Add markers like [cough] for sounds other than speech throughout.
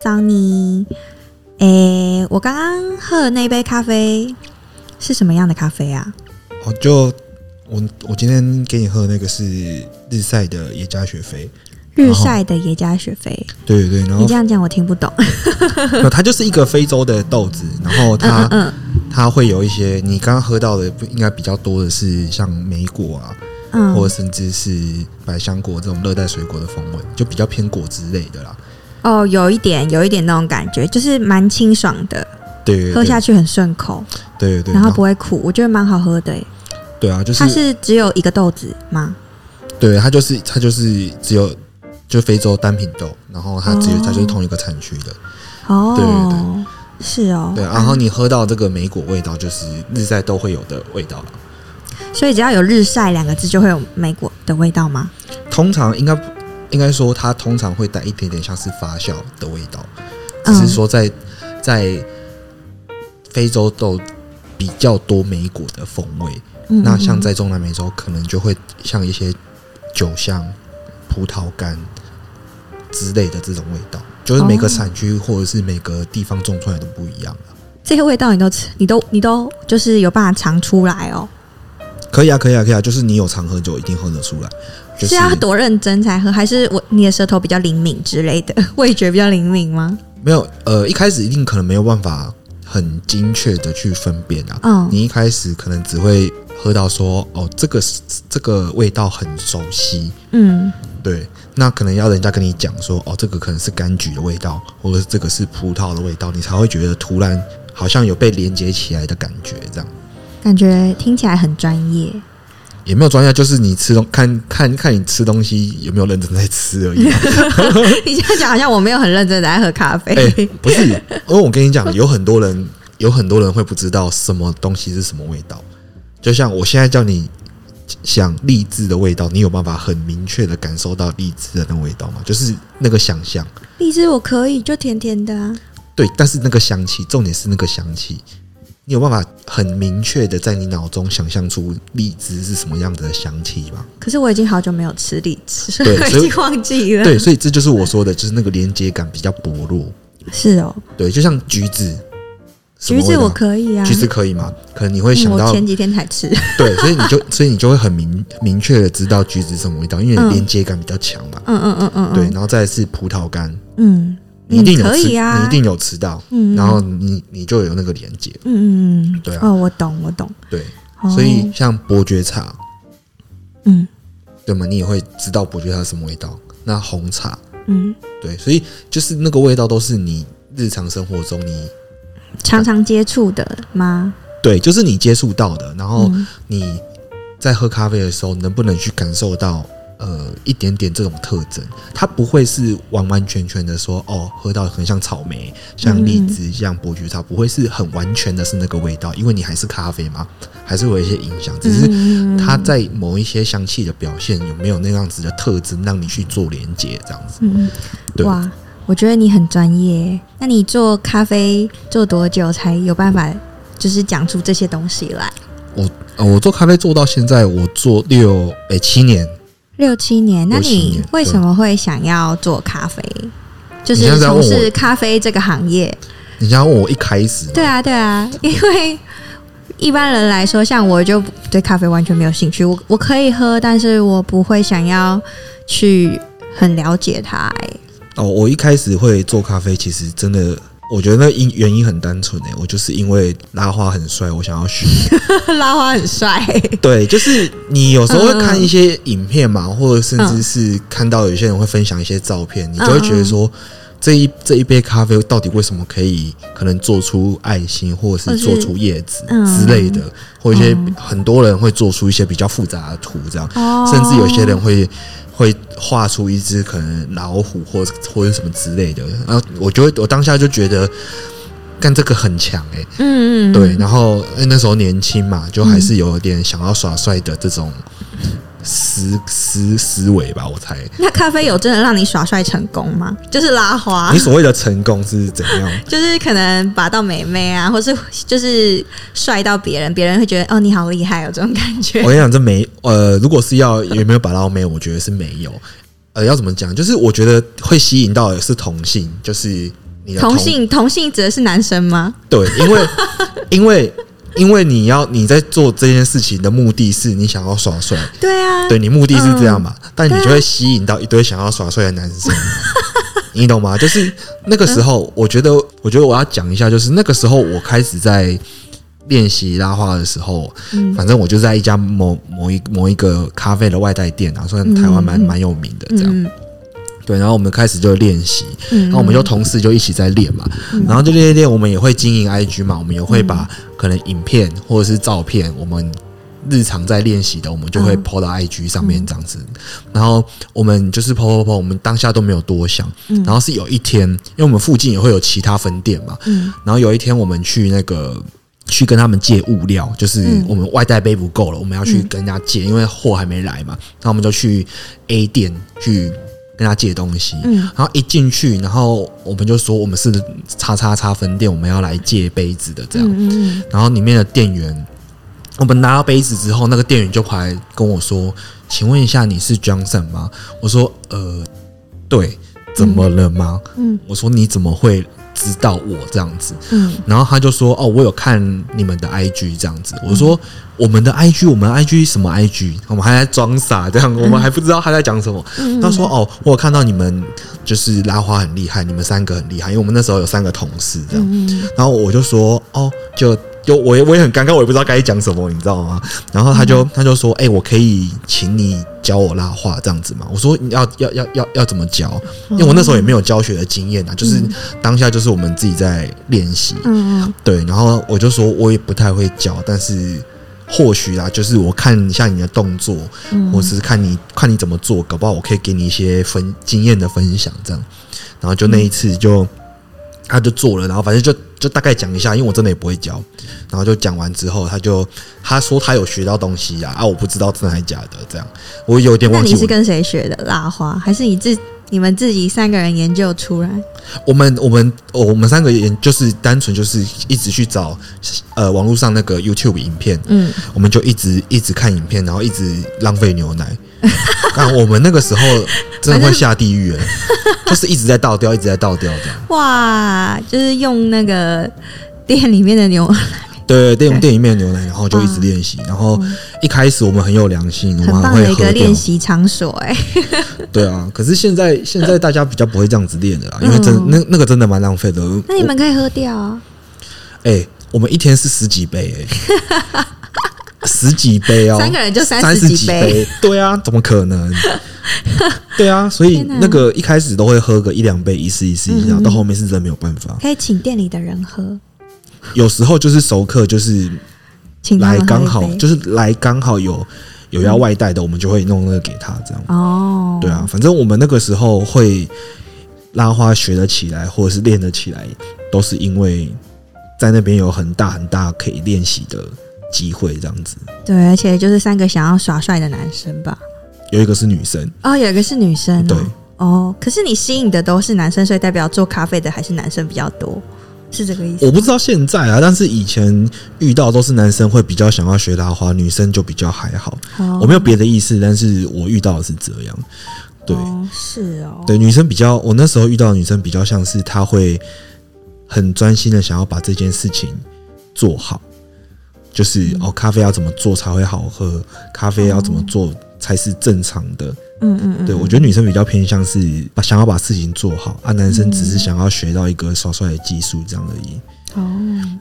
桑尼，诶，我刚刚喝的那杯咖啡是什么样的咖啡啊？哦，就我我今天给你喝的那个是日晒的耶加雪菲，日晒的耶加雪菲，对对哦对，然你后这样讲我听不懂。没 [laughs] 有它就是一个非洲的豆子，然后它嗯嗯它会有一些你刚刚喝到的不应该比较多的是像莓果啊，嗯或嗯，者甚至是百香果这种热带水果的风味，就比较偏果汁类的啦。哦，有一点，有一点那种感觉，就是蛮清爽的，对对对，喝下去很顺口，对对对，然后不会苦，我觉得蛮好喝的耶。对啊，就是它是只有一个豆子吗？对它就是它就是只有就非洲单品豆，然后它只有、哦它就是同一个产区的。哦，对对是哦，对，然后你喝到这个莓果味道，就是日晒都会有的味道啦。所以只要有“日晒”两个字，就会有美国的味道吗？通常应该应该说，它通常会带一点点像是发酵的味道，只嗯是说在在非洲豆比较多莓果的风味。嗯那像在中南美洲，可能就会像一些酒香、葡萄干之类的这种味道，就是每个哦产区或者是每个地方种出来都不一样啊这些味道你都吃，你都你都就是有办法尝出来哦，、可以啊，可以啊，可以啊，就是你有常喝酒，一定喝得出来。就是是要多认真才喝，还是我你的舌头比较灵敏之类的， [laughs] 味觉比较灵敏吗？没有呃，一开始一定可能没有办法很精确的去分辨啊。嗯你一开始可能只会喝到说哦，这个是这个味道很熟悉，嗯对，那可能要人家跟你讲说，哦，这个可能是柑橘的味道，或者是这个是葡萄的味道，你才会觉得突然好像有被连接起来的感觉，这样感觉听起来很专业。也没有专业，就是你吃东看看看你吃东西有没有认真在吃而已。 [laughs] 你这样讲好像我没有很认真的在喝咖啡，哎、不是，因为我跟你讲，有很多人有很多人会不知道什么东西是什么味道，就像我现在叫你。想荔枝的味道，你有办法很明确的感受到荔枝的那个味道吗？就是那个想象， [laughs] 荔枝我可以，就甜甜的啊。对，但是那个香气，重点是那个香气，你有办法很明确的在你脑中想象出荔枝是什么样子的香气吗？可是我已经好久没有吃荔枝，所以对 [laughs] 我所已以经忘记了。对，所以这就是我说的，就是那个连接感比较薄弱。是哦，对，就像橘子，什么橘子味道我可以啊，橘子可以吗？可能你会嗯想我到、前几天才 [laughs] 吃。对，所以你就 [laughs] 所以你就会很明明确的知道橘子什么味道，因为嗯连接感比较强嘛。嗯嗯嗯嗯，嗯对，，然后再来是葡萄干，嗯，你一定有可吃，以啊，你一定有吃到，嗯，嗯然后你你就有那个连接。嗯嗯嗯，对啊哦，我懂，我懂。对，哦所以，像伯爵茶，嗯对吗？你也会知道伯爵茶是什么味道。那红茶，嗯，对，所以就是那个味道都是你日常生活中你常常接触的吗？对，就是你接触到的。然后嗯你在喝咖啡的时候，能不能去感受到呃一点点这种特征？它不会是完完全全的说哦，喝到很像草莓、像嗯荔枝、像伯爵茶，不会是很完全的是那个味道，因为你还是咖啡嘛，还是会有一些影响，只是。嗯它在某一些香气的表现有没有那样子的特征，让你去做连接，这样子。嗯，对哇，我觉得你很专业。那你做咖啡做多久才有办法，就是讲出这些东西来？呃，我做咖啡做到现在，我做六诶、七年，六七年，那六七你年为什么会想要做咖啡？就你现是在在问从我事咖啡这个行业？你想要问我一开始吗对啊，对啊，因为一般人来说，像我就对咖啡完全没有兴趣。我我可以喝，但是我不会想要去很了解它、欸。哦，我一开始会做咖啡，其实真的，我觉得那因原因很单纯诶、我就是因为拉花很帅，我想要 [laughs] 学。 [laughs] 拉花很帅、对，就是你有时候会嗯看一些影片嘛，或者甚至是看到有些人会分享一些照片，你就嗯会觉得说。这一这一杯咖啡到底为什么可以可能做出爱心，或或者是是做出叶子嗯之类的，或一些嗯很多人会做出一些比较复杂的图，这样，哦甚至有些人会会画出一只可能老虎或或者什么之类的，然后我就会我当下就觉得，干这个很强诶、嗯，嗯嗯，对，然后、欸、那时候年轻嘛，就还是有点想要耍帅的这种思思思维吧，我猜。那咖啡有真的让你耍帅成功吗？就是拉花你，所谓的成功是怎 [laughs] 样？就是可能拔到美眉啊，或是就是帅到别人，别人会觉得哦你好厉害哦这种感觉我。跟你讲，这没呃，如果是要有没有把到妹，我觉得是没有。呃，要怎么讲？就是我觉得会吸引到的是同性，就是你的同性同性指的是男生吗？对，因为因为因为你要你在做这件事情的目的是你想要耍帅，对啊，对你目的是这样嗯嘛，但你就会吸引到一堆想要耍帅的男生，你懂吗？就是那个时嗯候，我觉得，我觉得我要讲一下，就是那个时候我开始在练习拉花的时候，嗯反正我就在一家某某一某一个咖啡的外带店啊，算台湾蛮蛮有名的这样。嗯对，然后我们开始就练习，嗯然后我们就同事就一起在练嘛，然后就练练练，我们也会经营 IG 嘛，我们也会嗯把可能影片或者是照片，我们日常在练习的，我们就会嗯 PO 到 IG 上面这样子。然后我们就是 PO PO PO，我们当下都没有多想。嗯然后是有一天，因为我们附近也会有其他分店嘛，嗯然后有一天我们去那个。去跟他们借物料，就是嗯我们外带杯不够了，我们要去跟人家借，因为货还没来嘛。那我们就去 A 店去跟他借东西，嗯然后一进去，然后我们就说我们是叉叉叉分店，我们要来借杯子的这样。嗯嗯然后里面的店员，我们拿到杯子之后，那个店员就跑来跟我说：“请问一下，你是 Johnson 吗？”我说：“呃，对，怎么了吗？”嗯我说：“你怎么会知道我这样子？”嗯然后他就说：“哦，我有看你们的 IG 这样子。”我说：“我们的 IG，我们 IG 什么 IG？我们还在装傻这样，我们还不知道他在讲什么。嗯他说：“哦，我有看到你们就是拉花很厉害，你们三个很厉害，因为我们那时候有三个同事这样。嗯然后我就说：“哦，就就我也我也很尴尬，我也不知道该讲什么，你知道吗？”然后他嗯就他就说：“哎、我可以请你教我拉花这样子吗？”我说：“你要要要要要怎么教？因为我那时候也没有教学的经验啊，就是当下就是我们自己在练习。嗯对，然后我就说我也不太会教，但是或许啦，就是我看一下你的动作，嗯或是看你看你怎么做，搞不好我可以给你一些分经验的分享这样。然后就那一次就、他就做了，然后反正就就大概讲一下，因为我真的也不会教。然后就讲完之后，他就他说他有学到东西啊，啊，我不知道真的还假的这样，我有点那忘记你是我。跟谁学的拉花，还是你自你们自己三个人研究出来？我们我们哦我们三个人就是单纯就是一直去找呃网络上那个 YouTube 影片，嗯我们就一直一直看影片，然后一直浪费牛 [laughs] 奶。那我们那个时候真的会下地 [laughs] 狱、欸，就是一直在倒掉，一直在倒掉这样。哇，就是用那个店里面的牛，对，电对嗯电影里面的牛奶，然后就一直练习。然后一开始我们很有良心，我很们还棒会的一喝个掉练。习场所、哎，对啊，可是现在现在大家比较不会这样子练的啦，因为真的那那个真的蛮浪费的。哦那你们可以喝掉啊。哎、我们一天是十几杯、 [laughs] 哎，十几杯哦，三个人就三三十十几杯杯，对啊，怎么可能？对啊，所以天哪那个一开始都会喝个一两杯，一试一试一试，然后嗯到后面是真的没有办法。可以请店里的人喝，有时候就是熟客，就是请他来们喝一刚好杯就是来刚好有有要外带的，我们就会弄那个给他这样。哦，对啊，，反正我们那个时候会拉花学得起来，或者是练得起来，都是因为在那边有很大很大可以练习的机会，这样子。对，而且就是三个想要耍帅的男生吧。有一个是女生，哦，有一个是女生、哦，对，哦，可是你吸引的都是男生，所以代表做咖啡的还是男生比较多，是这个意思？我不知道现在啊，但是以前遇到都是男生会比较想要学拉花，女生就比较还好。哦我没有别的意思，但是我遇到的是这样。对、哦是哦，对，女生比较，我那时候遇到的女生比较像是她会很专心的想要把这件事情做好，就是、嗯哦，咖啡要怎么做才会好喝，咖啡要怎么做才是正常的。嗯嗯嗯，对，我觉得女生比较偏向是把想要把事情做好，啊，男生嗯只是想要学到一个耍帅的技术这样而已。哦，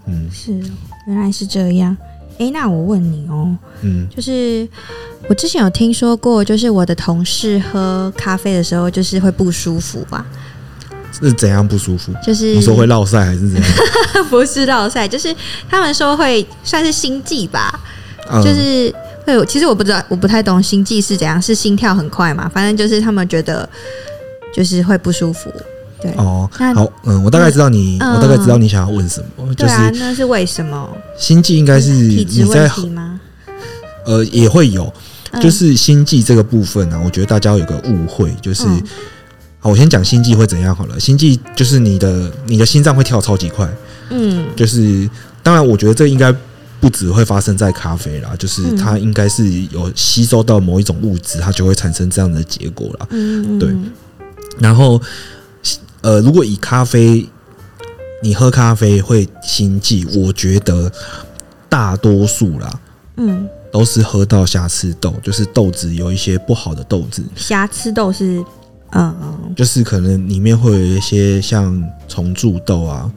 嗯是哦，原来是这样。诶，那我问你哦，嗯，就是我之前有听说过，就是我的同事喝咖啡的时候，就是会不舒服吧？是怎样不舒服？就是你说会落晒还是怎样？ [laughs] 不是绕赛，就是他们说会算是心悸吧，嗯就是会有。其实我不知道，我不太懂心悸是怎样，是心跳很快嘛？反正就是他们觉得就是会不舒服。对，哦，那好，嗯，我大概知道你，嗯我大概知道你想要问什么，就对啊是，那是为什么？心悸应该是体质你问在题吗？呃也会有，嗯就是心悸这个部分呢、啊，我觉得大家有个误会，就是。嗯好，我先讲心悸会怎样好了。心悸就是你的你的心脏会跳超级快，嗯就是当然，我觉得这应该不只会发生在咖啡啦，就是它应该是有吸收到某一种物质，它就会产生这样的结果啦。嗯嗯，嗯对然后，呃，如果以咖啡你喝咖啡会心悸，我觉得大多数啦嗯，都是喝到瑕疵豆，就是豆子有一些不好的豆子，瑕疵豆是，嗯，就是可能里面会有一些像虫蛀豆啊，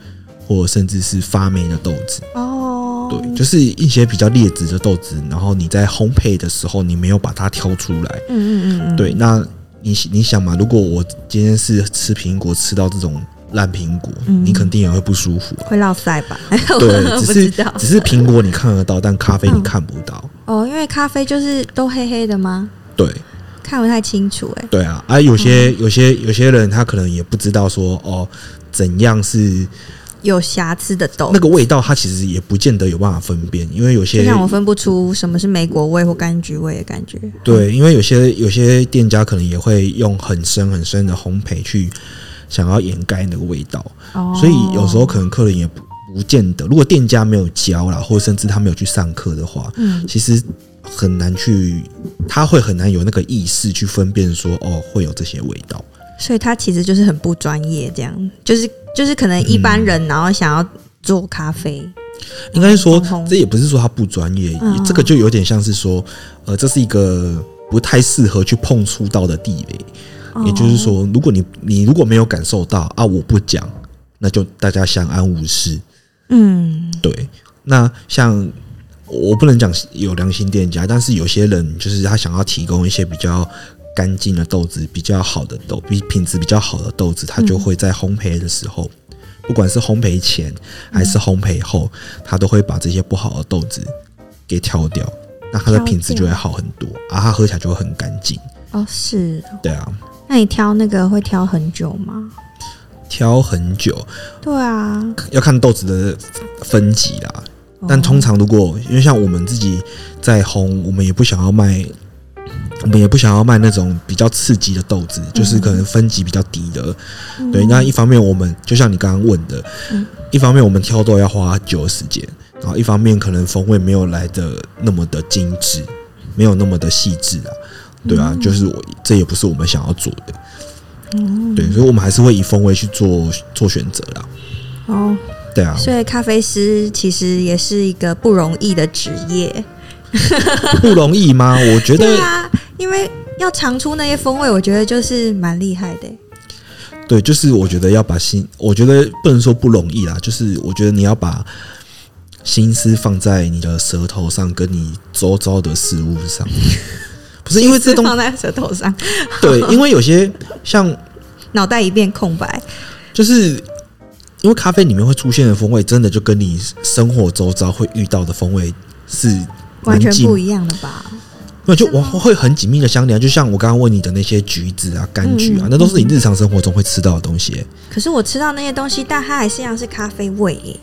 或甚至是发霉的豆子。哦，对，就是一些比较劣质的豆子，然后你在烘焙的时候，你没有把它挑出来。嗯嗯嗯嗯，对，那你你想嘛，如果我今天是吃苹果，吃到这种烂苹果，嗯你肯定也会不舒服、啊。会落腮吧？ [laughs] 我对，不只知是道嗯只是苹果你看得到，但咖啡你看不到。哦，因为咖啡就是都黑黑的吗？对看不太清楚哎、对啊，啊，有些、嗯有些有些人他可能也不知道说哦，怎样是有瑕疵的豆那，个味道，他其实也不见得有办法分辨，因为有就些像我分不出什么是莓果味或柑橘味的感觉。对，因为有些有些店家可能也会用很深很深的烘焙去想要掩盖那个味道，哦，所以有时候可能客人也不不见得，如果店家没有教啦，或甚至他没有去上课的话，嗯其实很难去，他会很难有那个意识去分辨说哦会有这些味道。所以他其实就是很不专业，这样就是就是可能一般人，然后想要做咖啡，应该说红红这也不是说他不专业，嗯这个就有点像是说，呃，这是一个不太适合去碰触到的地雷。也就是哦，说，如果你你如果没有感受到啊，我不讲，那就大家相安无事。嗯，对，那像我不能讲有良心店家，但是有些人就是他想要提供一些比较干净的豆子，比较好的豆，比品质比较好的豆子，他嗯就会在烘焙的时候，不管是烘焙前还嗯是烘焙后，他都会把这些不好的豆子给挑掉，那它的挑品质就掉会好很多啊，它喝起来就会很干净。哦是，对啊，那你挑那个会挑很久吗？挑很久，对啊，要看豆子的分级啦。哦但通常如果因为像我们自己在烘，我们也不想要卖，我们也不想要卖那种比较刺激的豆子，就是可能分级比较低的。嗯对，那一方面我们就像你刚刚问的，嗯一方面我们挑豆要花久的时间，然后一方面可能风味没有来的那么的精致，没有那么的细致啊。对啊，就是我这也不是我们想要做的，嗯对，所以我们还是会以风味去做做选择啦。哦，对啊，所以咖啡师其实也是一个不容易的职业，不容易 [laughs] 吗？我觉得对啊，因为要尝出那些风味，我觉得就是蛮厉害的欸、对，就是我觉得要把心，我觉得不能说不容易啦，就是我觉得你要把心思放在你的舌头上，跟你周遭的事物 [laughs] 上。不是因为这东放在舌头上，对，因为有些像脑袋一片空白。就是因为咖啡里面会出现的风味，真的就跟你生活周遭会遇到的风味是完全能紧不一样的吧？那就我会很紧密的相连，就像我刚刚问你的那些橘子啊、柑橘嗯啊，那都是你日常生活中会吃到的东西欸、可是我吃到那些东西，但它还是一样是咖啡味耶。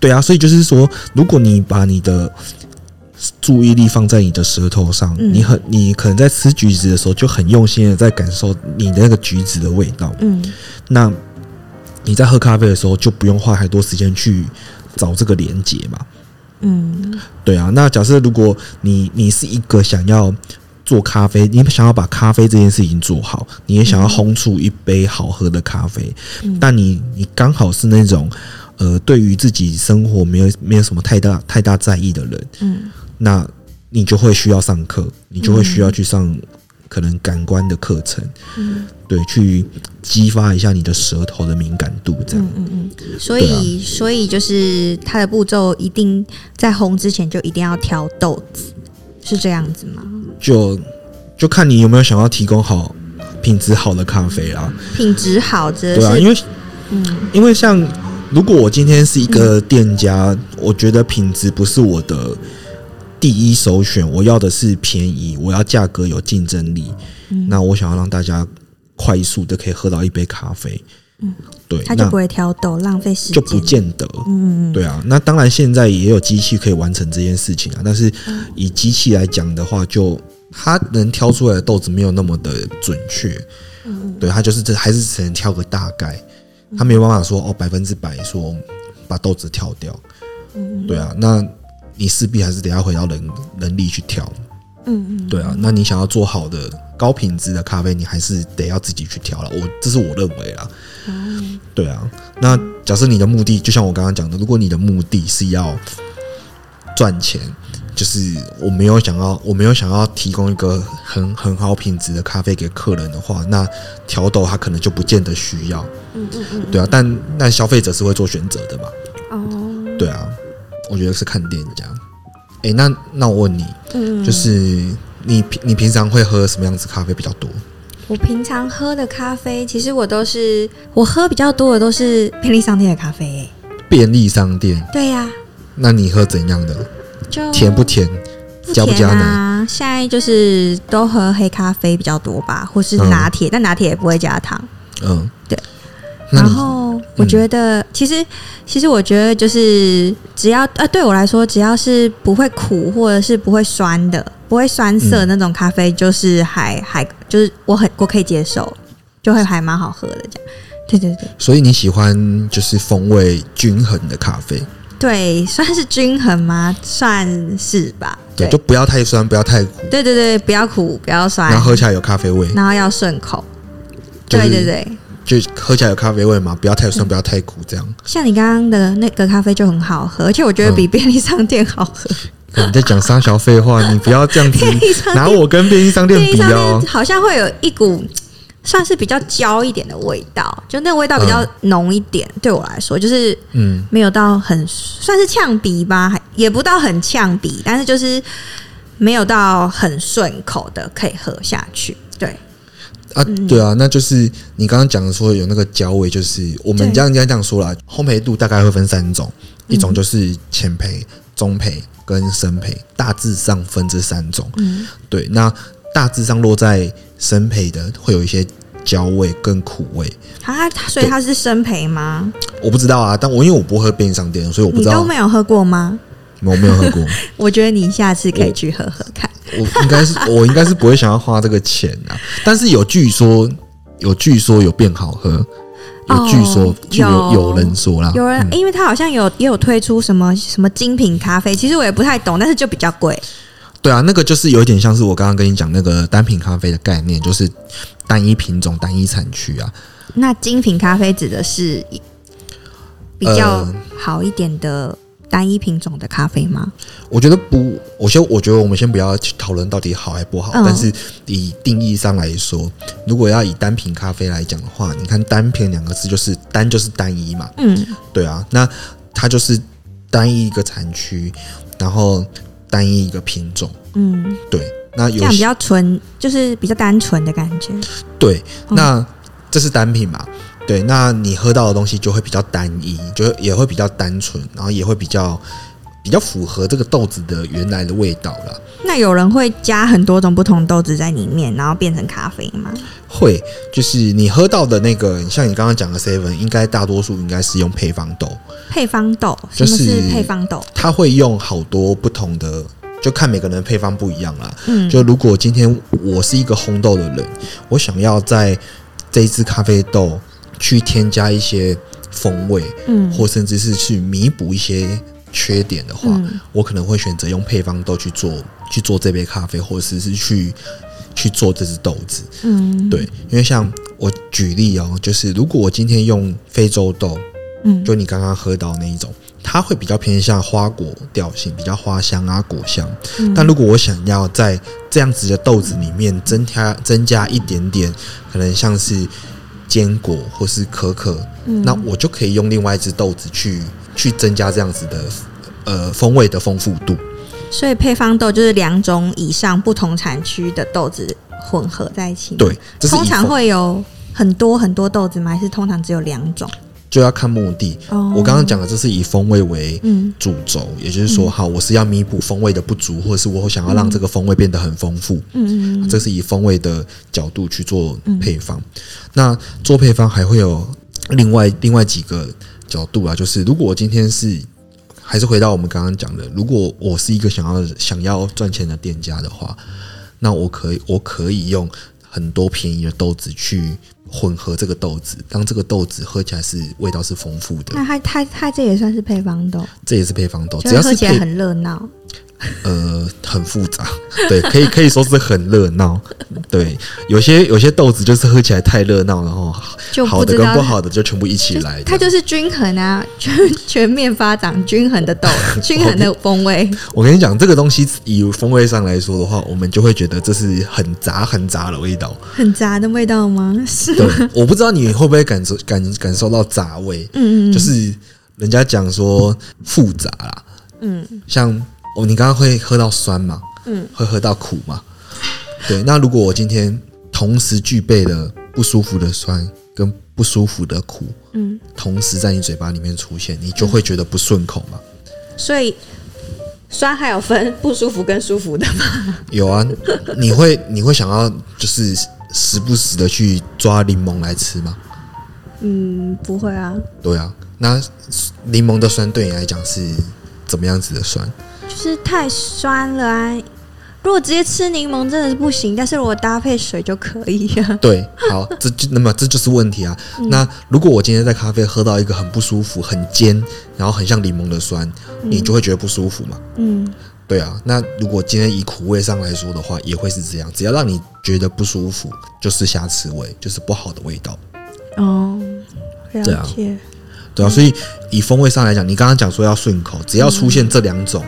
对啊，所以就是说，如果你把你的注意力放在你的舌头上，嗯你很你可能在吃橘子的时候就很用心的在感受你的那个橘子的味道。嗯，那你在喝咖啡的时候就不用花太多时间去找这个连接嘛。嗯，对啊，那假设如果你你是一个想要做咖啡，你想要把咖啡这件事情做好，你也想要烘出一杯好喝的咖啡，嗯但你你刚好是那种呃对于自己生活没有没有什么太大太大在意的人，嗯，那你就会需要上课，你就会需要去上可能感官的课程，嗯对，去激发一下你的舌头的敏感度，这样。嗯嗯嗯。所以，啊所以就是它的步骤一定在烘之前就一定要挑豆子，是这样子吗？就就看你有没有想要提供好品质好的咖啡啦，品质好，这对啊，是因为嗯因为像如果我今天是一个店家，我觉得品质不是我的第一首选，我要的是便宜，我要价格有竞争力。嗯那我想要让大家快速的可以喝到一杯咖啡，对，嗯它就那不会挑豆，浪费时就不间。见得。嗯嗯对啊，那当然现在也有机器可以完成这件事情啊，但是以机器来讲的话，就它能挑出来的豆子没有那么的准确，嗯对，它就是这还是只能挑个大概，它没有办法说哦百分之百说把豆子挑掉，嗯嗯对啊，那你势必还是得要回到人人力去挑，嗯嗯，对啊，那你想要做好的高品质的咖啡，你还是得要自己去挑了。我这是我认为啦。对啊，那假设你的目的，就像我刚刚讲的，如果你的目的是要赚钱，就是我没有想要，我没有想要提供一个很很好品质的咖啡给客人的话，那调豆它可能就不见得需要。嗯嗯嗯，对啊，但但消费者是会做选择的嘛。哦，对啊，我觉得是看店家。诶，那那我问你，嗯，就是你平你平常会喝什么样子咖啡比较多？我平常喝的咖啡，其实我都是我喝比较多的都是便利商店的咖啡、欸。便利商店，对呀、那你喝怎样的？就甜不甜？不啊加不加甜奶？啊。现在就是都喝黑咖啡比较多吧，或是拿铁，但拿铁也不会加糖。嗯，对。那然你后我觉得，其实其实我觉得就是只要呃对我来说，只要是不会苦或者是不会酸的、不会酸涩的嗯那种咖啡，就是还还就是我很我可以接受，就会还蛮好喝的这样。对对对所以你喜欢就是风味均衡的咖啡，对，算是均衡吗？算是吧。对，就不要太酸，不要太苦，对对对，不要苦，不要酸然，后喝起来有咖啡味，然后要顺口。就是对对对，就喝起来有咖啡味嘛，不要太酸，不要太苦，这 [laughs] 样。像你刚刚的那个咖啡就很好喝，而且我嗯觉得比便利商店好喝。看你在讲沙小废话，你不 [laughs] 要这样子利商店拿我跟便利商店便利比商哦店。好像会有一股算是比较焦一点的味道，就那个味道比较浓一点。对我来说，就是嗯，没有到很算是呛鼻吧，还也不到很呛鼻，但是就是没有到很顺口的可以喝下去。对，啊，嗯对啊，那就是你刚刚讲的说有那个焦味，就是我们对这样这样这样说啦，烘焙度大概会分三种，一嗯种就是浅焙、中焙跟深焙，大致上分这三种。嗯对，那大致上落在深焙的会有一些焦味跟苦味，啊，所以它是生培吗？我不知道啊，但我因为我不喝便利商店，所以我不你知都道，没有喝过吗？我没有 [laughs] 喝过，我觉得你下次可以去喝喝看。我应该是我应该是不会想要花这个钱啊，但是有据说有据说有变好喝。有据说，哦就有有有人说啦，有人，因为他好像有也有推出什么什么精品咖啡，其实我也不太懂，但是就比较贵。对啊，那个就是有点像是我刚刚跟你讲那个单品咖啡的概念，就是单一品种、单一产区啊。那精品咖啡指的是比较呃好一点的单一品种的咖啡吗？我觉得不，我先我觉得我们先不要去讨论到底好还不好，嗯但是以定义上来说，如果要以单品咖啡来讲的话，你看“单品”两个字就是单就是单一嘛，嗯，对啊，那它就是单一一个产区，然后单一一个品种，嗯，对。那这有样比些较纯，就是比较单纯的感觉。对，那这是单品嘛？对，那你喝到的东西就会比较单一，就会也会比较单纯，然后也会比较比较符合这个豆子的原来的味道啦。那有人会加很多种不同豆子在里面，然后变成咖啡吗？会，就是你喝到的那个，像你刚刚讲的 seven，应该大多数应该是用配方豆，配方豆，就什么是是配方豆？它会用好多不同的，就看每个人的配方不一样啦。嗯，就如果今天我是一个烘豆的人，我想要在这一支咖啡豆去添加一些风味，嗯或甚至是去弥补一些缺点的话，嗯我可能会选择用配方豆去做去做这杯咖啡，或者是去去做这支豆子。嗯，对，因为像我举例哦，就是如果我今天用非洲豆，嗯就你刚刚喝到那一种，它会比较偏向花果调性，比较花香啊果香。嗯但如果我想要在这样子的豆子里面增加增加一点点，可能像是坚果或是可可，嗯那我就可以用另外一只豆子去去增加这样子的呃风味的丰富度。所以配方豆就是两种以上不同产区的豆子混合在一起。，对，这是通以常风会有很多很多豆子吗？还是通常只有两种？就要看目的。哦我刚刚讲的，这是以风味为嗯主轴，也就是说，好，我是要弥补风味的不足，或者是我想要让这个风味变得很丰富，嗯嗯这是以风味的角度去做配方。那做配方还会有另外另外几个角度啊，就是如果我今天是还是回到我们刚刚讲的，如果我是一个想要想要赚钱的店家的话，那我可以我可以用很多便宜的豆子去混合这个豆子，让这个豆子喝起来是味道是丰富的那。它它它这也算是配方豆，这也是配方豆，就只要是喝是起来配很热闹。呃，很复杂， [laughs] 对，可以可以说是很热闹，对，有些有些豆子就是喝起来太热闹了哈，就好不的知跟道不好的就全部一起就来，它就是均衡啊， [laughs] 全全面发展，均衡的豆，均衡的风味。我跟你讲，这个东西以风味上来说的话，我们就会觉得这是很杂很杂的 [laughs] 味道。很杂的味道吗？是，对，我不知道你会不会感受感感受到杂味，嗯嗯就是人家讲说复杂啦， [laughs] 嗯像哦，你刚刚会喝到酸嘛，嗯，会喝到苦嘛，对。那如果我今天同时具备了不舒服的酸跟不舒服的苦，嗯，同时在你嘴巴里面出现，你就会觉得不顺口嘛。所以酸还有分不舒服跟舒服的吗？有啊，你会你会想要就是时不时的去抓柠檬来吃吗？嗯，不会啊，对啊，那柠檬的酸对你来讲是怎么样子的酸？就是太酸了啊。如果直接吃柠檬真的是不行，但是如果搭配水就可以 [laughs] 啊。对，好，这就那么这就是问题啊。那如果我今天在咖啡喝到一个很不舒服、很尖，然后很像柠檬的酸，你就会觉得不舒服嘛？嗯，对啊，那如果今天以苦味上来说的话，也会是这样。只要让你觉得不舒服，就是瑕疵味，就是不好的味道。哦，了对啊解。对啊，所以以风味上来讲，你刚刚讲说要顺口，只要出现这两种，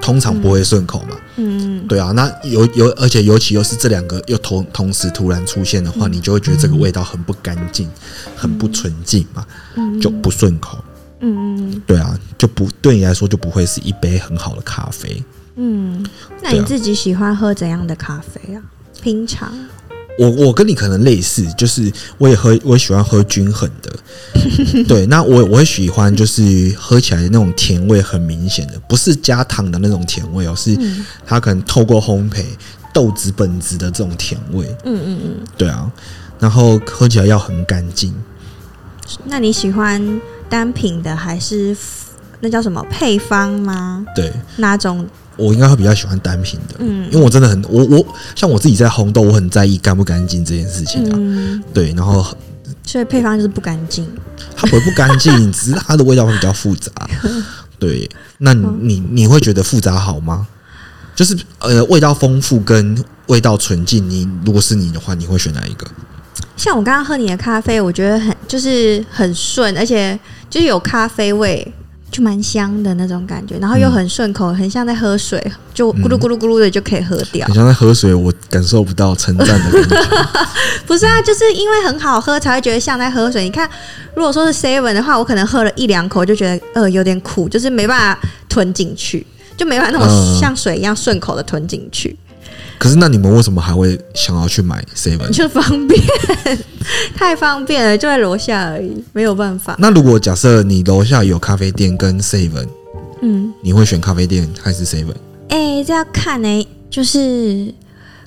通常不会顺口嘛。嗯，对啊，那尤尤而且尤其又是这两个又同同时突然出现的话，你就会觉得这个味道很不干净，很不纯净嘛，就不顺口。嗯对啊，就不对你来说就不会是一杯很好的咖啡。嗯，那对你啊自己喜欢喝怎样的咖啡啊？平常，我我跟你可能类似，就是我也喝，我也喜欢喝均衡的。对，那我我也喜欢就是喝起来那种甜味很明显的，不是加糖的那种甜味哦，是嗯它可能透过烘焙豆子本质的这种甜味。嗯嗯嗯，对啊，然后喝起来要很干净。那你喜欢单品的还是 f- 那叫什么配方吗？对哪种？我应该会比较喜欢单品的，嗯因为我真的很我我像我自己在烘豆，我很在意干不干净这件事情啊。嗯，对，然后所以配方就是不干净。它不会不干净，只是它的味道会比较复杂。对，那你你你会觉得复杂好吗？就是呃，味道丰富跟味道纯净，你如果是你的话，你会选哪一个？像我刚刚喝你的咖啡，我觉得很就是很顺，而且就是有咖啡味，就蛮香的那种感觉，然后又很顺口，很像在喝水，就咕噜咕噜咕噜的就可以喝掉很。像在喝水，我感受不到称赞的感觉。不是啊，就是因为很好喝才会觉得像在喝水。你看，如果说是 seven 的话，我可能喝了一两口就觉得呃有点苦，就是没办法吞进去，就没办法那嗯种像水一样顺口的吞进去。可是那你们为什么还会想要去买 seven？就方便，太方便了，就在楼下而已，没有办法。那如果假设你楼下有咖啡店跟 seven，嗯，你会选咖啡店还是 seven？哎、这要看呢、就是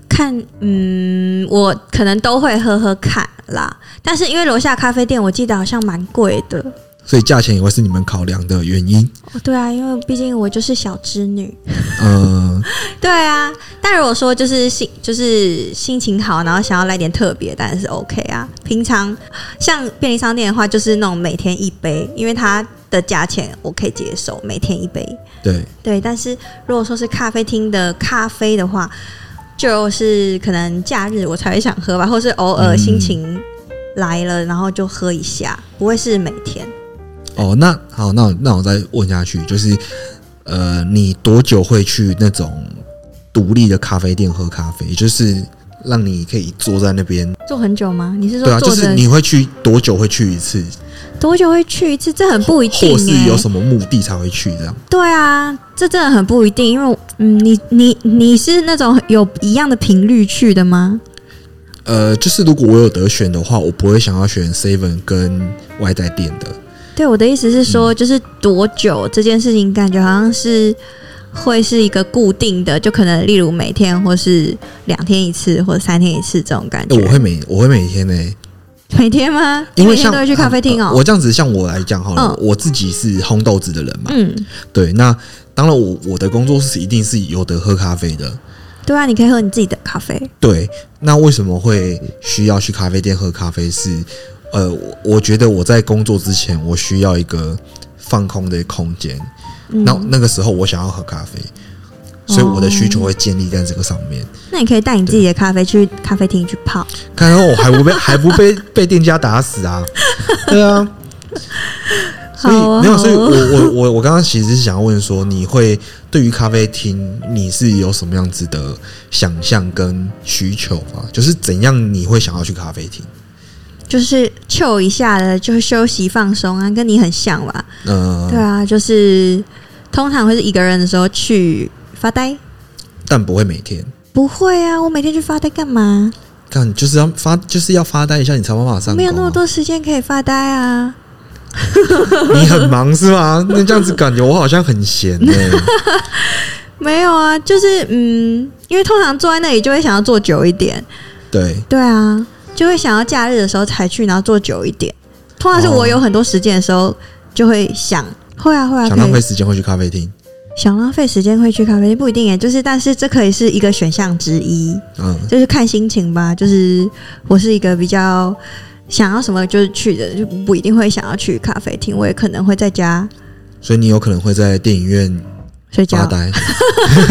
看，嗯，我可能都会喝喝看啦。但是因为楼下咖啡店，我记得好像蛮贵的。所以价钱也会是你们考量的原因。哦对啊，因为毕竟我就是小织女。嗯、对啊，但如果说就是心就是心情好，然后想要来点特别，当然是 OK 啊。平常像便利商店的话，就是那种每天一杯，因为它的价钱我可以接受，每天一杯。对，对，但是如果说是咖啡厅的咖啡的话，就是可能假日我才会想喝吧，或是偶尔嗯心情来了，然后就喝一下，不会是每天。哦，那好，那我那我再问下去，就是呃，你多久会去那种独立的咖啡店喝咖啡？就是让你可以坐在那边，坐很久吗？你是对说啊，就坐着、是你会去多久会去一次，多久会去一次？这很不一定、欸，或是有什么目的才会去这样？对啊，这真的很不一定，因为我嗯，你你你是那种有一样的频率去的吗？呃，就是如果我有得选的话，我不会想要选 Seven 跟外带店的。对，我的意思是说，嗯就是多久这件事情，感觉好像是会是一个固定的，就可能例如每天或是两天一次，或者三天一次这种感哎、觉。我会每我会每天呢、每天吗？因你每为天像都会去咖啡厅呃哦、我这样子，像我来讲好了，嗯我自己是烘豆子的人嘛，嗯，对，那当然我我的工作室一定是有得喝咖啡的，对啊，你可以喝你自己的咖啡。对，那为什么会需要去咖啡店喝咖啡是？呃，我我觉得我在工作之前，我需嗯要一个放空的空间。那、那个时候，我想要喝咖啡，所以我的需求哦会建立在这个上面。那你可以带你自己的咖啡去咖啡厅去泡，看然后我还不被还不被被店家打死啊？对 [laughs] 啊，所以、好哦没有，好哦所以我我我我刚刚其实是想要问说，你会对于咖啡厅你是有什么样子的想象跟需求吗？就是怎样你会想要去咖啡厅？就是秀一下的，就是休息放松啊，跟你很像吧？嗯、对啊，就是通常会是一个人的时候去发呆。但不会每天。不会啊，我每天去发呆干嘛？干就是要发，就是要发呆一下，你才有办法上、啊。没有那么，多时间可以发呆啊。你很忙是吗？那这样子感觉我好像很闲欸呢、 [laughs] 没有啊，就是嗯，因为通常坐在那里就会想要坐久一点，对，对啊，就会想要假日的时候才去，然后坐久一点。通常是我有很多时间的时候，就会想，会啊会啊，想可浪以费时间会去咖啡厅。想浪费时间会去咖啡厅，不一定诶，欸就是但是这可以是一个选项之一，嗯，就是看心情吧。就是我是一个比较想要什么就是去的，就不一定会想要去咖啡厅，我也可能会在家所以你有可能会在电影院睡发觉。 [laughs] 呆， [laughs]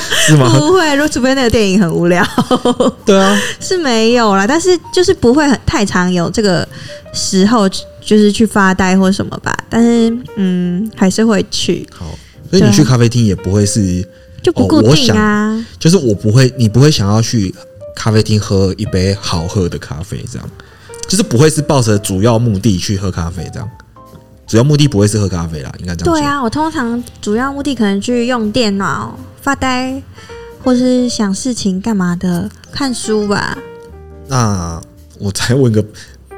是吗？不会，如果除非那个电影很无聊， [laughs] 对啊，是没有啦，但是就是不会很太常有这个时候，就是去发呆或什么吧。但是嗯，还是会去，好，所以你去咖啡厅也不会是，就不固哦我定啊。就是我不会，你不会想要去咖啡厅喝一杯好喝的咖啡，这样，就是不会是抱着主要目的去喝咖啡这样。主要目的不会是喝咖啡啦，应该这样说。对啊，我通常主要目的可能去用电脑发呆，或是想事情干嘛的，看书吧。那我再问个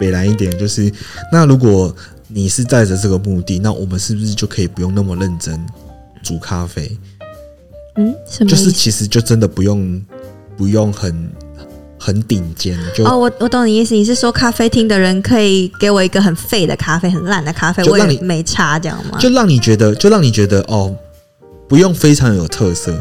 北蓝一点，就是那如果你是带着这个目的，那我们是不是就可以不用那么认真煮咖啡？嗯，什么就意思？是其实就真的不用不用很很顶尖，就、哦，我我懂你意思，你是说咖啡厅的人可以给我一个很废的咖啡、很烂的咖啡，就我让也你没差，这样吗？就让你觉得就让你觉得哦，不用非常有特色，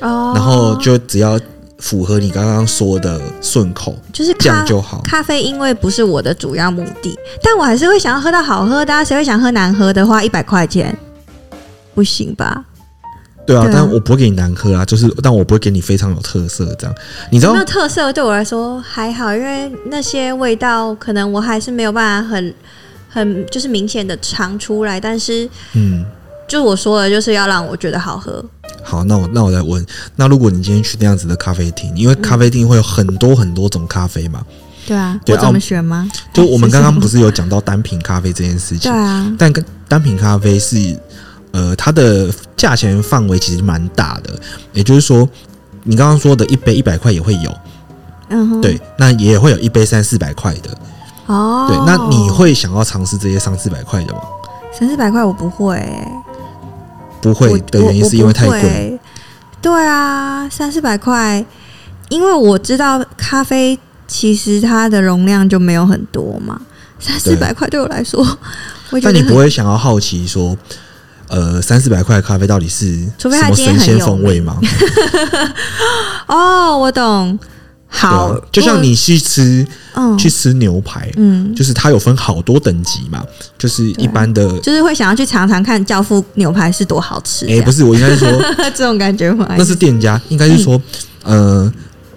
哦，然后就只要符合你刚刚说的顺口，就是这样咖就好。咖啡因为不是我的主要目的，但我还是会想要喝到好喝的、啊。谁会想喝难喝的？花一百块钱，不行吧？对啊，对啊但我不会给你难喝啊，就是但我不会给你非常有特色这样。你知有道没有特色对我来说还好，因为那些味道可能我还是没有办法很很就是明显的尝出来。但是嗯。就我说的，就是要让我觉得好喝。好，那我那我再问，那如果你今天去那样子的咖啡厅，因为嗯咖啡厅会有很多很多种咖啡嘛，对啊，对我啊怎么选吗？就我们 [laughs] 刚刚不是是有讲到单品咖啡这件事哦对情，啊，但跟单品咖啡是，呃，它的价钱范围其实蛮大的，也就是说，你刚刚说的一杯一百块也会有，嗯哼，对，那也会有一杯三四百块的，哦，对，那你会想要尝试这些三四百块的吗？三四百块我不会、欸。不我会的原因是因为太。我我不贵，会对啊，三四百块，因为我知道咖啡其实它的容量就没有很多嘛，三四百块对我来说，我觉但得你不很。会想要好奇说。呃，三四百块的咖啡到底是除什非它么今天神很仙有风味 [laughs] 吗？啊哦，我懂。好对啊，就像你去吃嗯去吃牛排，嗯，就是它有分好多等级嘛，就是一般的，就是会想要去尝尝看教父牛排是多好吃，哎、这样不是，我应该是 [laughs] 说这种感觉吗？那是店家，应该嗯是说，呃，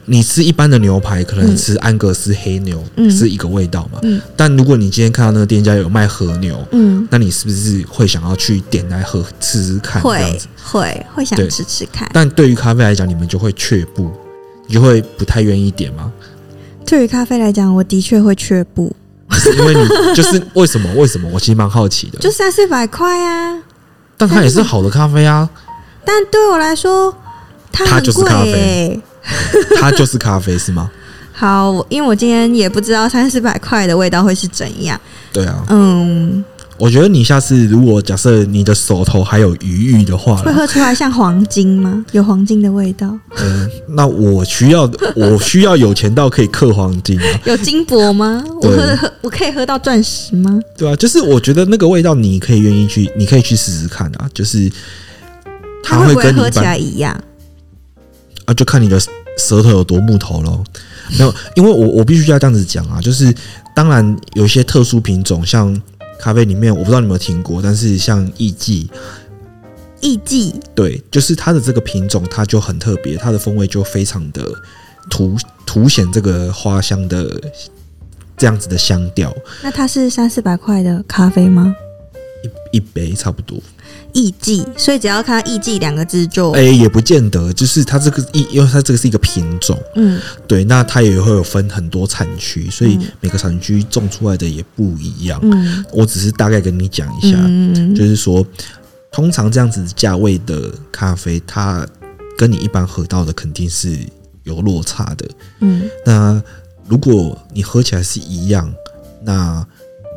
你吃一般的牛排，可能吃安格斯黑牛、嗯是一个味道嘛，嗯但如果你今天看到那个店家有卖和牛，嗯，那你是不是会想要去点来喝吃吃看这样会子？会会想对吃吃看。但对于咖啡来讲，你们就会却步，你就会不太愿意点嘛，对于咖啡来讲，我的确会却步，是 [laughs] 因为你就是为什么？为什么？我其实蛮好奇的。就三四百块啊。但它也是好的咖啡啊，但对我来说，它它很就是贵、咖啡欸。它就是咖啡是吗？好，我因为我今天也不知道三四百块的味道会是怎样。对啊，嗯，我觉得你下次如果假设你的手头还有余裕的话会 [laughs] 啦，喝出来像黄金吗？有黄金的味道，嗯，那我需要我需要有钱到可以刻黄金啊，有金箔吗？我对喝的喝，我可以喝到钻石吗？对啊，就是我觉得那个味道你可以愿意去，你可以去试试看啊，就是它会会不会跟你喝一起来般一样？啊，就看你的舌头有多木头喽。没有，因为我我必须要这样子讲啊，就是当然有一些特殊品种，像咖啡里面我不知道你有没有听过，但是像艺妓，艺妓，对，就是它的这个品种，它就很特别，它的风味就非常的凸凸显这个花香的这样子的香调，那它是三四百块的咖啡吗？一一杯差不多。艺妓，所以只要看到艺妓两个字就，哎、也不见得，就是它这个一，因为它这个是一个品种，嗯，对，那它也会有分很多产区，所以嗯每个产区种出来的也不一样。嗯我只是大概跟你讲一下，嗯，就是说，通常这样子价位的咖啡，它跟你一般喝到的肯定是有落差的。嗯那如果你喝起来是一样，那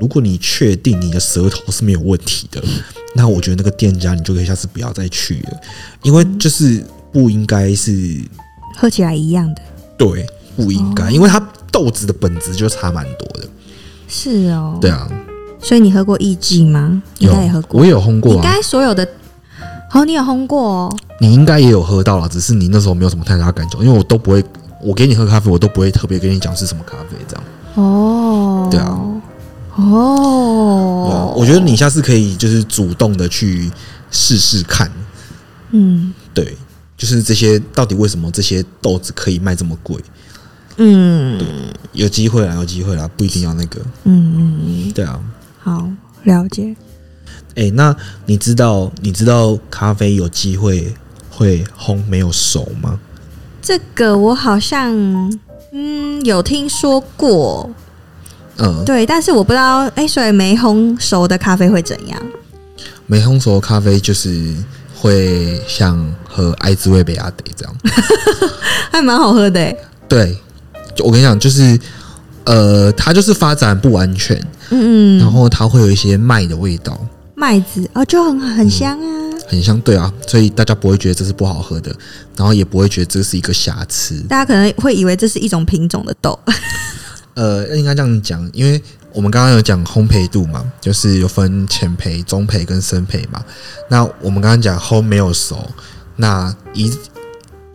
如果你确定你的舌头是没有问题 [laughs] 的，那我觉得那个店家你就可以下次不要再去了，因为就是不应该是喝起来一样的，对，不应该，哦因为它豆子的本质就差蛮多的。是哦，对，啊，所以你喝过艺妓吗？应该也喝过，我也有烘过你啊，该所有的，哦，你有烘过哦，你应该也有喝到啦，只是你那时候没有什么太大感觉，因为我都不会，我给你喝咖啡，我都不会特别跟你讲是什么咖啡这样。哦，对啊，对啊哦，我觉得你下次可以就是主动的去试试看，嗯对，就是这些到底为什么这些豆子可以卖这么贵？嗯有机会啦，有机会啦，不一定要那个。嗯嗯，对啊，好，了解，诶，那你知道你知道咖啡有机会会烘没有熟吗？这个我好像嗯有听说过，嗯，对，但是我不知道，哎、所以没烘熟的咖啡会怎样？没烘熟的咖啡就是会像喝爱滋味杯阿得这样。 [laughs] 还蛮好喝的、欸，对，就我跟你讲，就是呃，它就是发展不完全，嗯然嗯，后它会有一些麦的味道，麦子哦，就很很香啊，很像对啊，所以大家不会觉得这是不好喝的，然后也不会觉得这是一个瑕疵。大家可能会以为这是一种品种的豆，呃，应该这样讲，因为我们刚刚有讲烘焙度嘛，就是有分浅焙、中焙跟深焙嘛。那我们刚刚讲烘没有熟，那以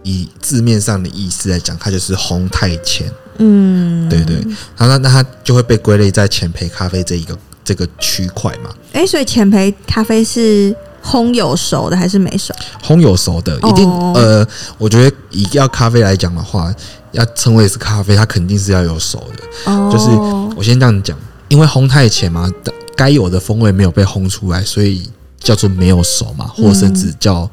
以字面上的意思来讲，它就是烘太浅，嗯，对对。然后那那它就会被归类在浅焙咖啡这一个这个区块嘛。哎、所以浅焙咖啡是烘有熟的还是没熟？烘有熟的，一定、哦呃，我觉得以要咖啡来讲的话，要称为是咖啡，它肯定是要有熟的。哦，就是我先这样讲，因为烘太浅嘛，该有的风味没有被烘出来，所以叫做没有熟嘛，或者甚至叫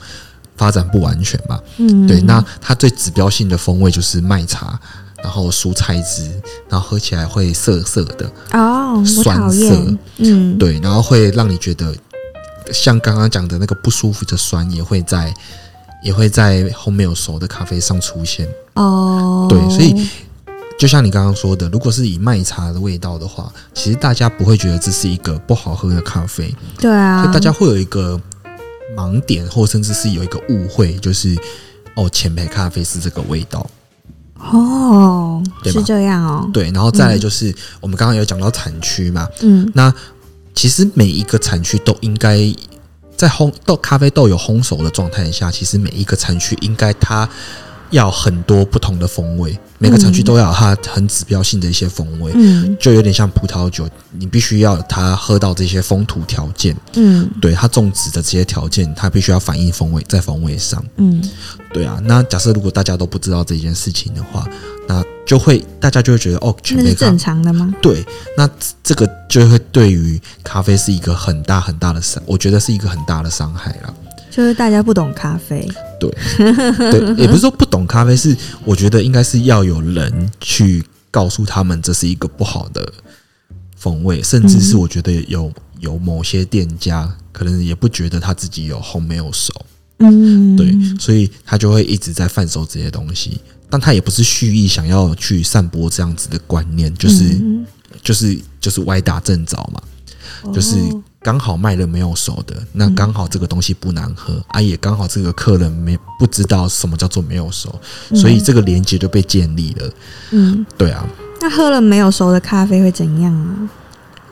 发展不完全嘛。嗯对，那它最指标性的风味就是麦茶。然后蔬菜汁，然后喝起来会涩涩的，哦，我酸讨涩厌，嗯，对，然后会让你觉得像刚刚讲的那个不舒服的酸也会在也会在烘没有熟的咖啡上出现。哦，对所以就像你刚刚说的，如果是以麦茶的味道的话，其实大家不会觉得这是一个不好喝的咖啡，对啊所，以大家会有一个盲点，或甚至是有一个误会，就是哦，浅焙咖啡是这个味道。哦，对吧是这样哦，对，然后再来就是、我们刚刚有讲到产区嘛，嗯那其实每一个产区都应该在烘豆咖啡豆有烘熟的状态下，其实每一个产区应该它要很多不同的风味，每个产区都要有它很指标性的一些风味。嗯就有点像葡萄酒，你必须要它喝到这些风土条件，嗯对它种植的这些条件，它必须要反映风味在风味上。嗯，对啊，那假设如果大家都不知道这件事情的话，那就会大家就会觉得哦，全那杯是咖正常的吗？对，那这这个就会对于咖啡是一个很大很大的伤，我觉得是一个很大的伤害啦。就是大家不懂咖啡，对，也不是说不懂咖啡，是我觉得应该是要有人去告诉他们这是一个不好的风味，甚至是我觉得有有某些店家可能也不觉得他自己有烘没有熟，嗯，对，所以他就会一直在贩售这些东西。但他也不是蓄意想要去散播这样子的观念，就是、嗯就是就是歪打正着嘛。就是哦嗯刚好卖了没有熟的，那刚好这个东西不难喝、啊，也刚好这个客人没不知道什么叫做没有熟，所以这个连接就被建立了。嗯，对啊，那喝了没有熟的咖啡会怎样啊？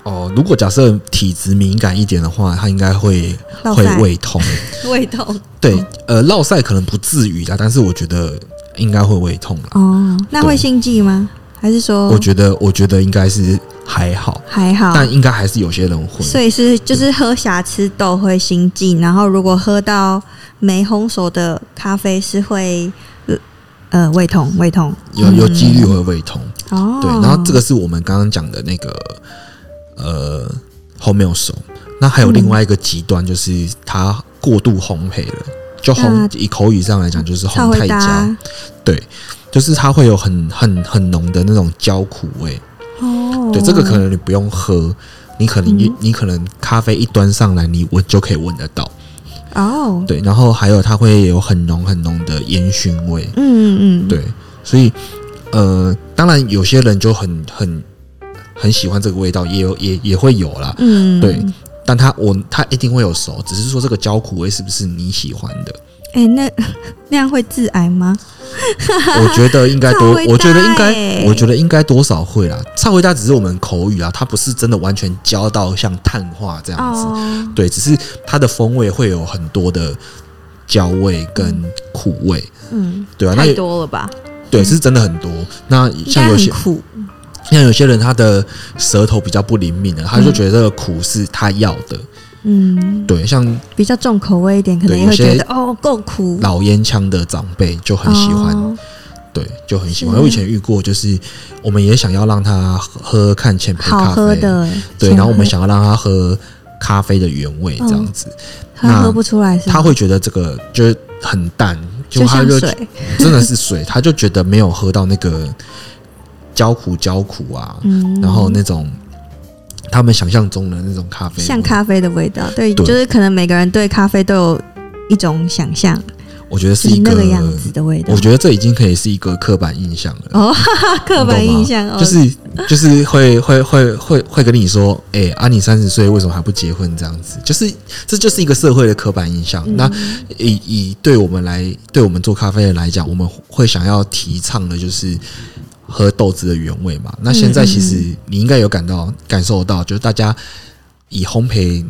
哦，如果假设体质敏感一点的话，他应该会落会塞胃痛。 [laughs] 味道对，呃，落塞可能不至于啦，但是我觉得应该会胃痛啦。哦，那会心悸吗？还是说我觉得，我觉得应该是还好，还好？但应该还是有些人会。所以是就是喝瑕疵豆会心悸，然后如果喝到没烘熟的咖啡是会呃呃胃痛，胃痛有有几率会胃痛。嗯哦。对，然后这个是我们刚刚讲的那个呃烘没有熟，那还有另外一个极端就是它过度烘焙了，就那烘以口语上来讲就是超烘会太焦搭，对，就是它会有很很很浓的那种焦苦味。哦，对，这个可能你不用喝，你可能、嗯你可能咖啡一端上来，你闻就可以闻得到。哦，对，然后还有它会有很浓很浓的烟熏味。嗯嗯嗯，对，所以呃，当然有些人就很很很喜欢这个味道，也有也也会有啦。嗯对，但他我他一定会有熟，只是说这个焦苦味是不是你喜欢的？ [laughs] 哎、那那样会致癌吗？我觉得应该超多伟，我觉得应大该，欸我觉得应该多少会啦。超回答只是我们口语啊，它不是真的完全焦到像碳化这样子。哦，对，只是它的风味会有很多的焦味跟苦味，嗯，对啊，那太也多了吧？对是真的很多。那应像该有很些苦，像有些人他的舌头比较不灵敏的，啊他就觉得这个苦是他要的。嗯，对，像比较重口味一点，可能对也会有些觉得哦够苦，老烟枪的长辈就很喜欢，哦对，就很喜欢。是我以前遇过，就是我们也想要让他喝喝看浅焙哦好咖喝啡，的，对，然后我们想要让他喝咖啡的原味这样子，他那喝不出来是吗他会觉得这个就是很淡，就就他像就水，真的是水，他就觉得没有喝到那个焦苦焦苦啊，嗯，然后那种他们想象中的那种咖啡，像，咖啡的味道，对，对就是可能每个人对咖啡都有一种想象，我觉得就是是一那个样子的味道我。觉得这已经可以是一个刻板印象了。哦，哈哈， [laughs] 刻板印象哦，就是就是会会会会会跟你说，哎、啊，你三十岁为什么还不结婚？这样子，就是这就是一个社会的刻板印象。嗯那以以对我们来，对我们做咖啡的来讲，我们会想要提倡的就是喝豆子的原味嘛。那现在其嗯实你应该有感到感受到，就是大家以烘焙。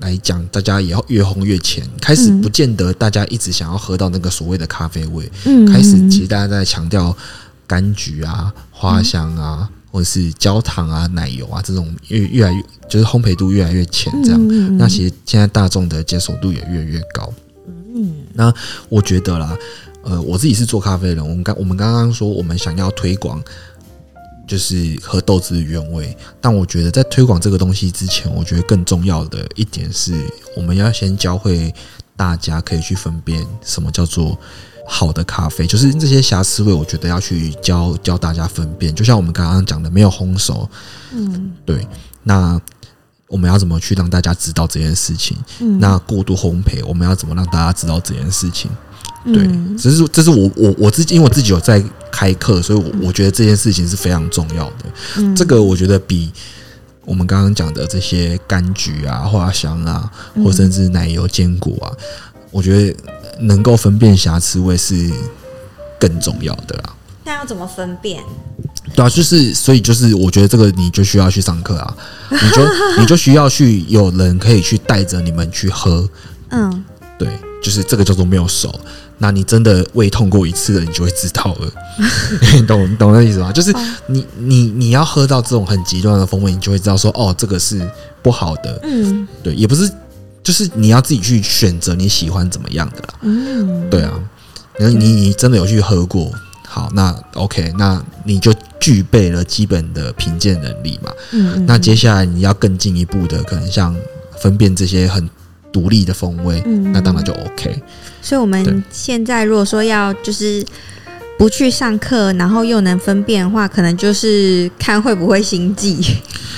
来讲，大家也要越烘越浅，开始嗯不见得大家一直想要喝到那个所谓的咖啡味，嗯嗯开始其实大家在强调柑橘啊、花香啊，或者是焦糖啊、奶油啊这种越越来越就是烘焙度越来越浅这样。嗯那其实现在大众的接受度也越来越高。嗯我觉得啦，呃，我自己是做咖啡的人，我们刚我们刚刚说我们想要推广。就是喝豆子的原味，但我觉得在推广这个东西之前，我觉得更重要的一点是，我们要先教会大家可以去分辨什么叫做好的咖啡，就是这些瑕疵味，我觉得要去教教大家分辨。就像我们刚刚讲的，没有烘熟，嗯对，那我们要怎么去让大家知道这件事情？嗯那过度烘焙，我们要怎么让大家知道这件事情？对嗯，只是这是我我我自己，因为我自己有在开课，所以我我觉得这件事情是非常重要的。嗯这个我觉得比我们刚刚讲的这些柑橘啊、花香啊，嗯或甚至奶油、坚果啊，我觉得能够分辨瑕疵味是更重要的啦。那要怎么分辨？对啊，就是所以就是，我觉得这个你就需要去上课啊，你就你就需要去有人可以去带着你们去喝，嗯，对，就是这个叫做没有熟。那你真的胃痛过一次了，你就会知道了，你懂你懂那意思吗？就是你你你要喝到这种很极端的风味，你就会知道说，哦，这个是不好的。嗯对，也不是，就是你要自己去选择你喜欢怎么样的啦。嗯，对啊，然后你你真的有去喝过，好，那 OK，那你就具备了基本的评鉴能力嘛。嗯，嗯那接下来你要更进一步的，可能像分辨这些很独立的风味，嗯那当然就 OK。所以我对们现在如果说要就是不去上课，然后又能分辨的话，可能就是看会不会心悸，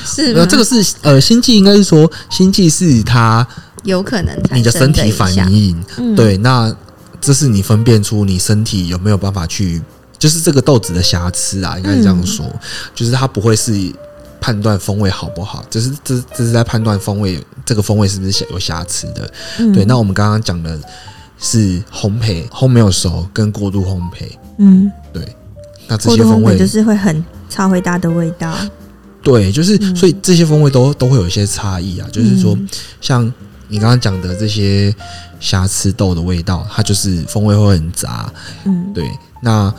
是吗？那这个是呃，心悸应该是说心悸是它有可能产你的身生体影反响，应，嗯，对，那这是你分辨出你身体有没有办法去，就是这个豆子的瑕疵啊，应该是这样说，嗯就是它不会是判断风味好不好，就是这这是在判断风味这个风味是不是有瑕疵的。嗯对，那我们刚刚讲的是烘焙，烘没有熟跟过度烘焙，嗯，那这过些度风烘味焙就是会很超回搭的味道，对，就是、所以这些风味都都会有一些差异啊，就是说、嗯像你刚刚讲的这些瑕疵豆的味道，它就是风味会很杂，嗯对，那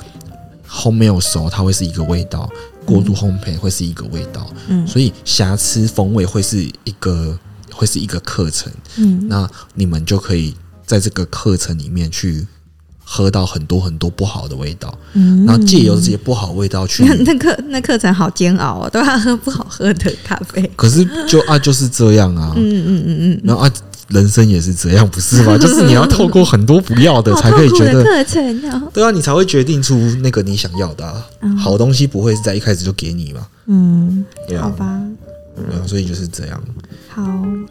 烘没有熟，它会是一个味道；过度烘焙会是一个味道，嗯所以瑕疵风味会是一个会是一个课程，嗯那你们就可以在这个课程里面去喝到很多很多不好的味道，嗯然后借由这些不好味 [laughs] 道去，那那课那课程好煎熬哦，都要喝不好喝的咖啡。可是就啊就是这样啊，嗯嗯嗯嗯然后啊人生也是这样，不 [laughs] 是吗？就是你要透过很多不要的嗯，才可 [laughs] 以好痛苦觉的得课程哦。对啊，你才会决定出那个你想要的、啊。好东西不会是在一开始就给你嘛？嗯，对好啊，吧，对啊，所以就是这样。好，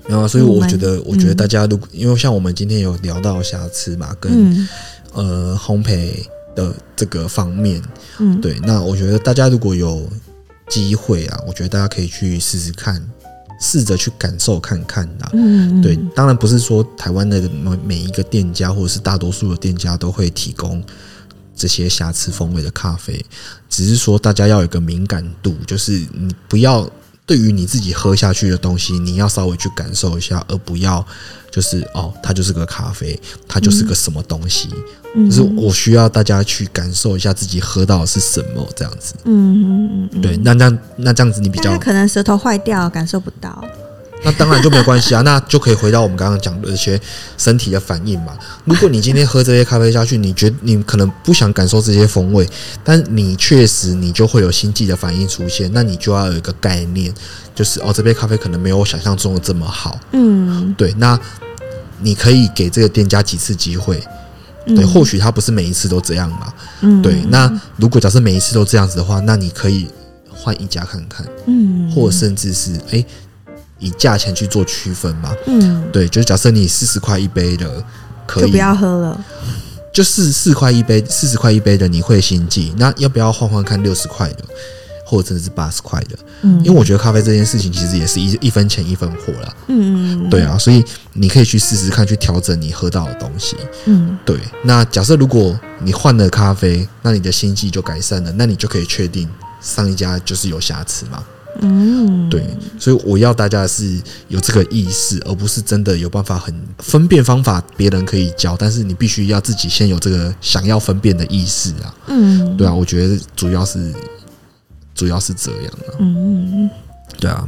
然后，所以我我们觉得，我觉得大家如果因为像我们今天有聊到瑕疵嘛，跟、嗯呃烘焙的这个方面，嗯，对，那我觉得大家如果有机会啊，我觉得大家可以去试试看，试着去感受看看啊啦。嗯，嗯对，当然不是说台湾的每每一个店家或者是大多数的店家都会提供这些瑕疵风味的咖啡，只是说大家要有一个敏感度，就是你不要对于你自己喝下去的东西，你要稍微去感受一下，而不要就是哦，它就是个咖啡，它就是个什么东西，嗯就是我需要大家去感受一下自己喝到的是什么这样子。嗯嗯嗯，对，那这样那这样子你比但较他可能舌头坏掉，感受不到。那当然就没关系啊，那就可以回到我们刚刚讲的一些身体的反应嘛。如果你今天喝这些咖啡下去，你觉你可能不想感受这些风味，但你确实你就会有心悸的反应出现，那你就要有一个概念，就是哦，这杯咖啡可能没有我想象中的这么好。嗯，对，那你可以给这个店家几次机会，对，或许他不是每一次都这样嘛。嗯对，那如果假设每一次都这样子的话，那你可以换一家看看，嗯或甚至是诶以价钱去做区分嘛。嗯，对，就是假设你四十块一杯的，可就以不要喝了。就四四块一杯，四十块一杯的你会心悸，那要不要换换看六十块的，或者是八十块的？嗯因为我觉得咖啡这件事情其实也是一一分钱一分货啦，嗯嗯对啊，所以你可以去试试看，去调整你喝到的东西。嗯对，那假设如果你换了咖啡，那你的心悸就改善了，那你就可以确定上一家就是有瑕疵嘛。嗯，对，所以我要大家是有这个意识，而不是真的有办法很分辨方法，别人可以教，但是你必须要自己先有这个想要分辨的意识啊。嗯对啊，我觉得主要是主要是这样啊。嗯嗯，对啊，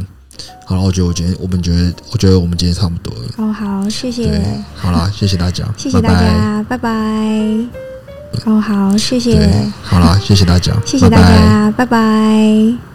好了，我觉得我今天我们觉得我觉得我们今天差不多了。哦好，谢对谢。，好啦，谢谢大家，谢谢大拜拜。家，拜拜。哦，好，谢谢，对，好啦，谢谢大家，谢谢大拜拜家，拜拜